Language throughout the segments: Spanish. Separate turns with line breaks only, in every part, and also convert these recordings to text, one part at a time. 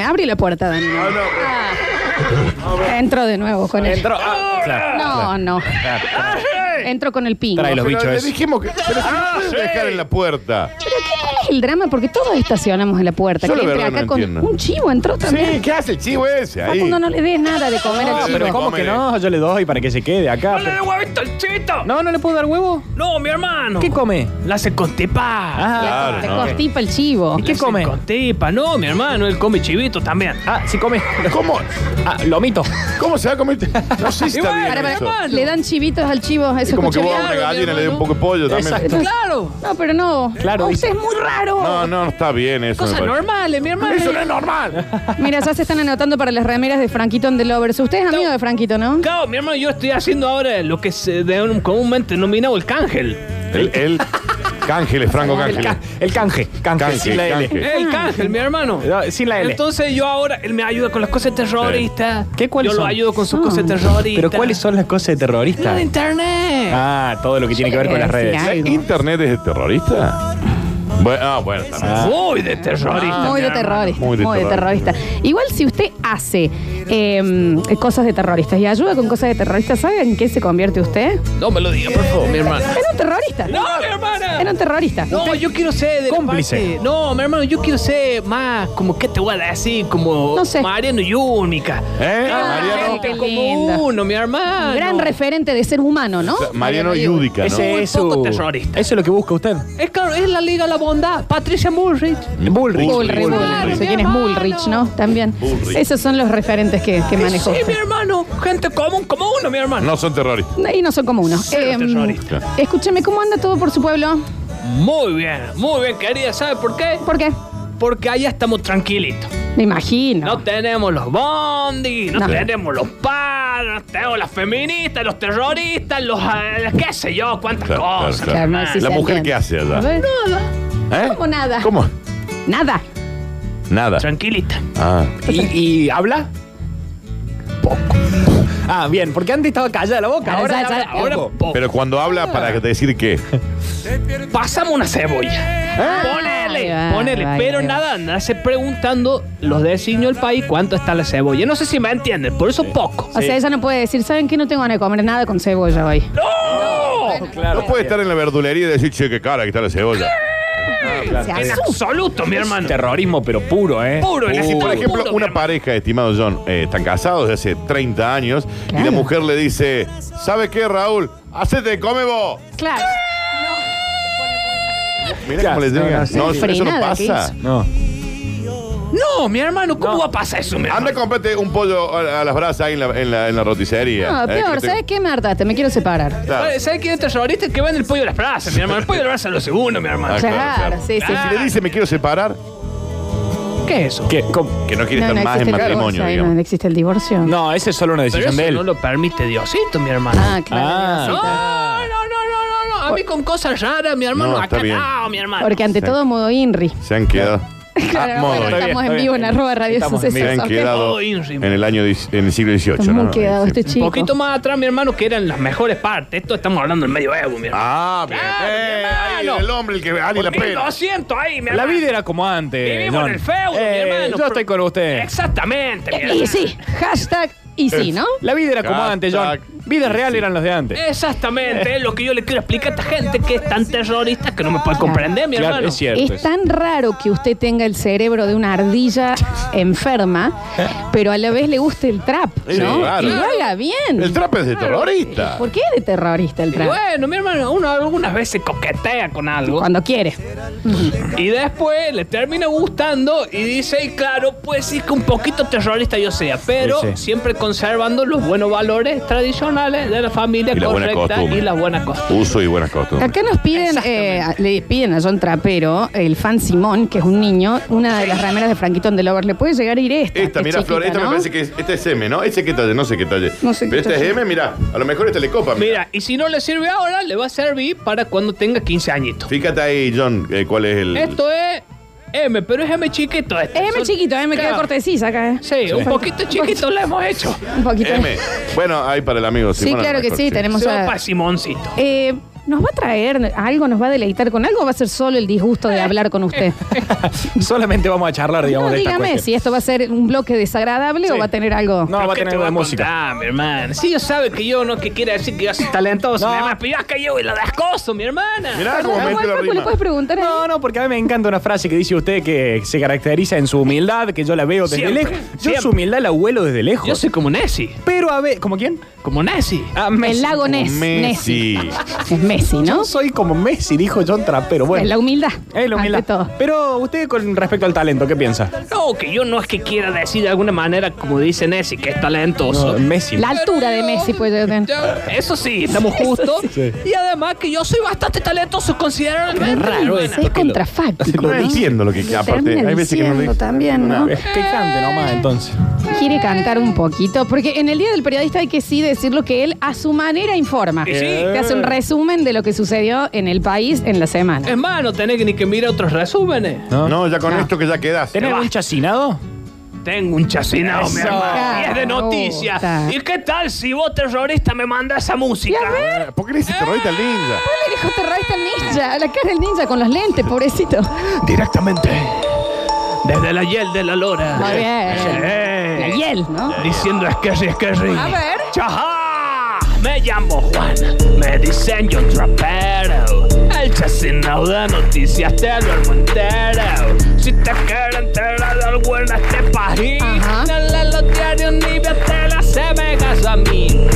Abrí la puerta, Dani.
No, no,
Ah. Entro de nuevo con él.
Entró. Ah, claro,
No,
claro,
no.
claro, claro.
Entro con el pingo.
Tráelo.
¿Cuál
Los
Pero
bichos
le
esos.
dijimos que. Pero si no puedes dejar en la puerta.
es el drama? Porque todos estacionamos en la puerta.
Yo
Que
la
entre
verdad
acá
no
con
entiendo.
un chivo, entró también.
Sí, ¿qué hace el chivo ese ahí? Ah,
Facundo, no le des nada de comer al
No,
chivo.
Ah, pero ¿cómo
Come.
que no? Yo le doy para que se quede acá.
¡No le dé huevito al chito!
No, no le puedo dar huevo.
No, mi hermano.
¿Qué come?
La hace con tipa.
Ah,
Claro,
Te
no.
constipa el chivo.
¿Y qué come?
Con tipa. No, mi hermano, él come chivito también.
Ah, sí come.
¿Cómo,
Ah, lomito.
¿Cómo se va a comer? No sé si está bien.
Para, para,
eso.
le dan chivitos al chivo,
Es
eso
como que
escuché
vos a una
bien.
gallina le dé un poco de pollo también.
Exacto.
Claro. No, pero no.
Claro,
Usted es muy raro.
No, no, no está bien eso. me
Cosas
parece.
normales, mi hermano.
Eso no es normal.
Mira, ya se están anotando para las remeras de Franquito and the Lovers. Usted es amigo de Franquito, ¿no?
Claro, mi hermano, yo estoy haciendo ahora lo que se de un- comúnmente denominado el cángel.
El, el Cángeles, Franco
El,
Cángeles.
ca- el canje. Canje,
Canje,
sin la L.
canje.
El cángel, mi hermano.
No, sin la L.
Entonces yo ahora, él me ayuda con las cosas terroristas.
Sí. ¿Qué, cuáles
Yo lo
son? Mm,
ayudo con sus
Ah.
cosas terroristas.
Pero ¿cuáles son las cosas de
Lo de
terroristas?
internet.
Ah, todo lo que tiene que ver con las redes.
Sí,
¿La
algo.
¿Internet es de terrorista? Bueno, ah, bueno, está bien.
Muy de terrorista.
Ah, Muy
mi
de
hermano.
terrorista.
Muy
Muy
de
de,
terrorista.
terrorista. Igual si usted hace eh, cosas de terroristas y ayuda con cosas de terroristas, ¿sabe en qué se convierte usted?
No me lo diga, por favor, mi hermano.
Era un terrorista.
No, mi hermana.
Era un terrorista.
No,
Usted-
yo quiero ser de la
Cómplice.
parte- No, mi hermano, yo quiero ser más como que te voy a decir, como
No sé.
Mariano Yúnica.
¿Eh?
Ah,
Mariano,
qué
como
lindo.
uno, mi hermano.
Gran referente de ser humano, ¿no?
Mariano Yudica, ¿no?
Ese
Muy
es
poco
su...
terrorista.
Eso es lo que busca usted.
Es claro, es la Liga de la Bondad. Patricia Bullrich.
Mm.
Bullrich.
Bullrich.
Bullrich.
No sé quién es
Hermano.
Bullrich, ¿no? También.
Bullrich.
Esos son los referentes que, que manejó.
Sí, mi
usted.
hermano. Gente común, como uno, mi hermano.
No son terroristas.
Y no son como uno. Em,
Cero terrorista.
escúcheme, ¿cómo anda todo por su pueblo?
Muy bien, muy bien, querida. ¿Sabe por qué?
¿Por qué?
Porque allá estamos tranquilitos.
Me imagino.
No tenemos los bondis, no,
No.
tenemos los paros, no tenemos las feministas, los terroristas, los... eh, qué sé yo, cuántas
Claro, claro,
cosas.
claro.
Claro, no, sí
La
se
mujer,
entiende.
¿qué hace allá?
A ver.
¿Eh?
¿Cómo nada?
¿Cómo?
Nada.
Nada.
Tranquilita.
Ah.
¿Y, y habla? Poco. Ah, bien, porque antes estaba callada la boca.
Ahora
Ahora,
ya-
habla
ya-
Ahora
poco.
po-
Pero cuando habla para decir qué.
pasamos una cebolla.
Ahí
Ponele,
va,
ponele.
Ah. ahí va,
pero
ahí va.
nada, nace preguntando los designios del país cuánto está la cebolla. No sé si me entienden, por eso poco.
O sea, ella no puede decir, ¿saben qué? No tengo ganas de comer nada con cebolla hoy.
¡No!
Claro.
No puede estar en la verdulería y decir, che, qué cara que está la cebolla.
Se
En
asusta.
absoluto, mi hermano.
Terrorismo, pero puro, ¿eh?
Puro, en
Si, por ejemplo,
Puro, mi
una
hermano.
pareja, estimado John, eh, están casados desde hace 30 años y la
Claro.
mujer le dice, ¿sabe qué, Raúl? Hacete, come vos.
Claro.
Mirá
Ya,
cómo les
no,
diga.
no,
No,
sí,
eso-
sí.
eso no
Frenada que
pasa.
No.
No, mi hermano, ¿cómo va a pasar eso, mi
Anda,
hermano?
comprate un pollo a, a las brasas ahí en la, en la, en la roticería.
No,
Eh, que
peor,
te-
¿sabes qué, Marta? Te me quiero separar.
Claro.
Vale, ¿Sabes quién es terrorista? Que vende el pollo de las plazas, mi hermano. El pollo de las plazas es lo segundo, mi hermano.
Ah,
Claro, sí, sí.
Si le dice, me quiero separar,
¿Qué es eso?
¿Qué? ¿Cómo?
que no quiere
No,
estar
no
más
existe
en
el divorcio.
matrimonio,
ahí
digamos.
No existe el divorcio.
No, esa es solo una
Pero
decisión de
eso
él.
no lo permite Diosito, mi hermano.
Ah, claro.
Ah.
Diosito.
no, no, no, no, no. A mí con cosas raras, mi hermano.
No, está
acá
bien.
no, mi hermano.
Porque ante todo, modo INRI.
Se han quedado. Ah,
Claro,
modo
bueno,
bien,
estamos
está
en vivo
bien.
en arroba radio
Estamos en
sucesos.
Se han
¿ok?
quedado
Todo ínfimo.
en el año dis- en el siglo XVIII.
Está
¿no?
muy quedado
Sí.
este
Un
chico.
poquito más atrás, mi hermano, que eran las mejores partes. Esto estamos hablando del medio evo, mi hermano.
Ah, bien.
Claro,
Eh,
mi
ahí
hermano.
el hombre, el que vale la pena.
1200 ahí, mi hermano.
La vida era como antes.
Vivimos
John.
en el feudo,
Eh,
mi hermano.
Yo estoy con usted.
Exactamente, mi hermano.
Y Eh, sí, hashtag y sí, ¿no?
La vida era como antes, John.
Hashtag.
Vidas real eran las de antes.
Eh,
Eh.
Exactamente, es lo que yo le quiero explicar a esta gente que es tan terrorista que no me puede comprender, mi
Claro,
hermano.
es cierto.
pues.
Es tan raro que usted tenga el cerebro de una ardilla enferma, pero a la vez le guste el trap,
Sí,
¿no?
claro.
Y lo haga bien.
El trap es de terrorista.
¿Por qué es de terrorista el
Y
trap?
Bueno, mi hermano, uno algunas veces coquetea con algo
Cuando quiere.
y después le termina gustando y dice, y claro, pues sí que un poquito terrorista yo sea, pero
Sí, sí.
siempre conservando los buenos valores tradicionales de la familia
Y la buena
correcta
costumbre.
y las buenas cosas.
Uso y buenas costumbres.
Acá nos piden, eh, le piden a John Trapero, el fan Simón, que es un niño, una de las remeras de Franquitón de Lovers. Le puede llegar a ir esta.
Esta,
que es
mira, Flor,
chiquita,
esta me
¿no?
parece que es, esta es M, ¿no? Ese que talle, no sé qué talle.
No sé qué
Pero esta es
talle.
M, mira, a lo mejor esta le copa. mirá.
Mira, y si no le sirve ahora, le va a servir para cuando tenga 15 añitos.
Fíjate ahí, John, eh, cuál es el.
Esto es M, pero es M chiquito. Este.
Es M
Son-
chiquito, eh, me queda
Claro.
cortesís acá, eh.
Sí, un poquito chiquito lo hemos hecho.
Un poquito.
M. Bueno, ahí para el amigo.
Sí,
Simón, a lo
claro que
mejor,
sí, tenemos
Se va
a...
para Simoncito.
Eh, ¿Nos va a traer algo? ¿Nos va a deleitar con algo? ¿O va a ser solo el disgusto de hablar con usted?
Solamente vamos a charlar, digamos,
No,
de esta
dígame
cuestión.
si esto va a ser un bloque desagradable o
Sí.
va a tener algo.
No, va a tener de música.
Ah, mi hermano. Si yo sabe que yo no que quiere decir que yo soy talentoso,
No.
mi hermana, pero yo acá llevo y la descoso, mi hermana.
Mirá cómo
Juan,
mete la
Juan, ¿le
rima.
puedes preguntar?
No, no, porque a mí me encanta una frase que dice usted que se caracteriza en su humildad, que yo la veo desde
Siempre,
lejos. Yo
siempre.
su humildad la huelo desde lejos.
Yo soy como Nessie.
Pero a ver, ¿como quién?
Como Nessie.
Ah,
El
Messi.
lago Ness. Messi.
Messi.
Es Messi, ¿no?
Yo soy como Messi, dijo John Trapero. Bueno,
Es la humildad.
es la Eh, humildad.
Ante todo.
Pero usted con respecto al talento, ¿qué piensa?
No, que yo no es que quiera decir de alguna manera, como dice Nessie, que es talentoso.
No, Messi.
La altura de Messi puede tener.
Eso sí, estamos justos.
sí.
Y además que yo soy bastante talentoso, considerablemente.
raro
buena.
Es contrafáctico.
No
¿no?
entiendo lo que
Lo
aparte.
termina
Hay veces que no
diciendo
dice.
también, ¿no?
Es que cante
Eh.
nomás, entonces.
Quiere cantar un poquito, porque en el Día del Periodista hay que sí decir lo que él a su manera informa.
Y sí.
Que hace un resumen de lo que sucedió en el país en la semana.
Es más, no tenés que ni que mirar otros resúmenes.
¿No?
No, ya con
No.
esto que ya quedas.
¿Tenés algún chacinado?
Tengo un chacinado, mi
Eso.
hermano. Y es de
Me
noticias.
gusta.
¿Y qué tal si vos, terrorista, me mandas esa música?
Y a ver.
¿Por qué le hiciste terrorista al ninja?
Le dejó terrorista al ninja, la cara del ninja con los lentes, pobrecito.
Directamente. Desde la Yel de la Lora.
Muy bien.
Eh,
La hiel, ¿no?
Diciendo es que sí, es que sí.
A ver.
¡Chajá! Me llamo Juan, me dicen John Trapero. El chacinado de noticias te duermo entero. Si te quieres enterar de algo en este país,
Ajá.
no lees los diarios ni veas tele, se me caso a mí.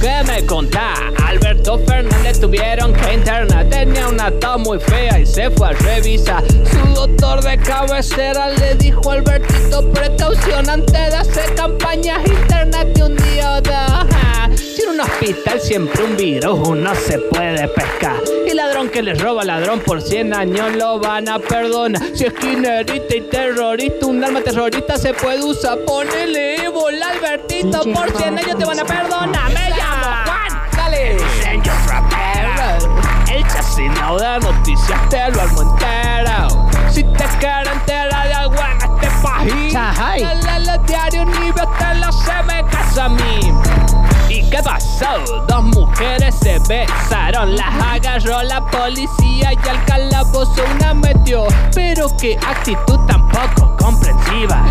¿Qué me contá? Alberto Fernández tuvieron que internar. Tenía una tos muy fea y se fue a revisar. Su doctor de cabecera le dijo a Albertito precaución antes de hacer campañas internas de un día o dos. Ajá. Si en un hospital siempre un virus uno se puede pescar. Y ladrón que le roba a ladrón por 100 años lo van a perdonar. Si es quinerita y terrorista, un arma terrorista se puede usar. Ponele ébola, Albertito, por 100 años te van a perdonar. Me llamo Juan. Dale. Señor rapero. El chacinado de noticias te lo armo entero. Si te quieres enterar de algo en este país,
Chajay.
no lees los diarios ni ves tele, se me casa a mí. ¿Y qué pasó? Dos mujeres se besaron, las agarró la policía y al calabozo una metió. Pero qué actitud tan poco comprensiva.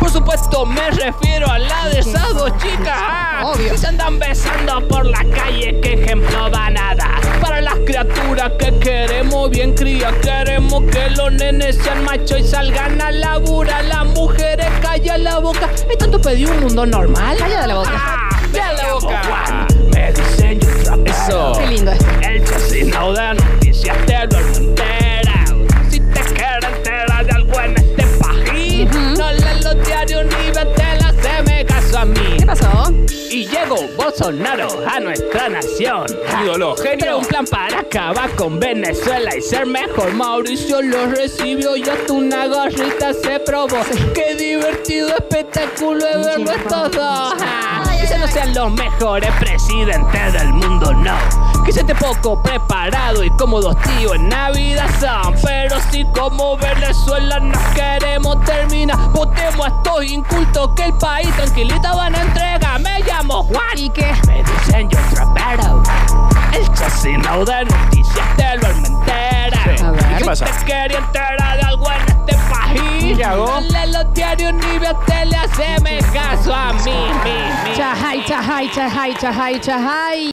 Por supuesto me refiero a la de esas dos chicas.
Obvio.
Si se andan besando por la calle, qué ejemplo van a dar. Para las criaturas que queremos bien cría, queremos que los nenes sean machos y salgan a laburar. Las mujeres callan la boca. ¿Es tanto pedir un mundo normal?
Calla la boca.
Ah, de la boca. Me dicen yo trapero.
Qué lindo es.
El chacinado de noticias te lo entera. Si te quieres enterar de algo en este país, no lees los diarios ni vetela, se me caso a mí.
¿Qué pasó?
Y llegó Bolsonaro a nuestra nación.
Ídolo, genio.
Pero un plan para acabar con Venezuela y ser mejor. Mauricio lo recibió y hasta una gorrita se probó. Qué divertido espectáculo es verlo estos dos. Ah, Quizás no sean los mejores presidentes del mundo, no. Quizás esté poco preparado y cómodos tíos en Navidad son. Pero si como Venezuela nos queremos terminar, votemos a estos incultos que el país tranquilita van a entregar. Me llamo Juan.
¿Y qué?
Me dicen yo trapero. El chacinado de noticias del verme entera.
Sí.
A ver.
¿Y ¿Qué
Si
pasa?
te quería enterar de algo en este país.
¿Qué hago?
No lees los diarios ni veas tele, haceme caso a mí, mí, mí.
Chajay, chajay, chajay, chajay, chajay.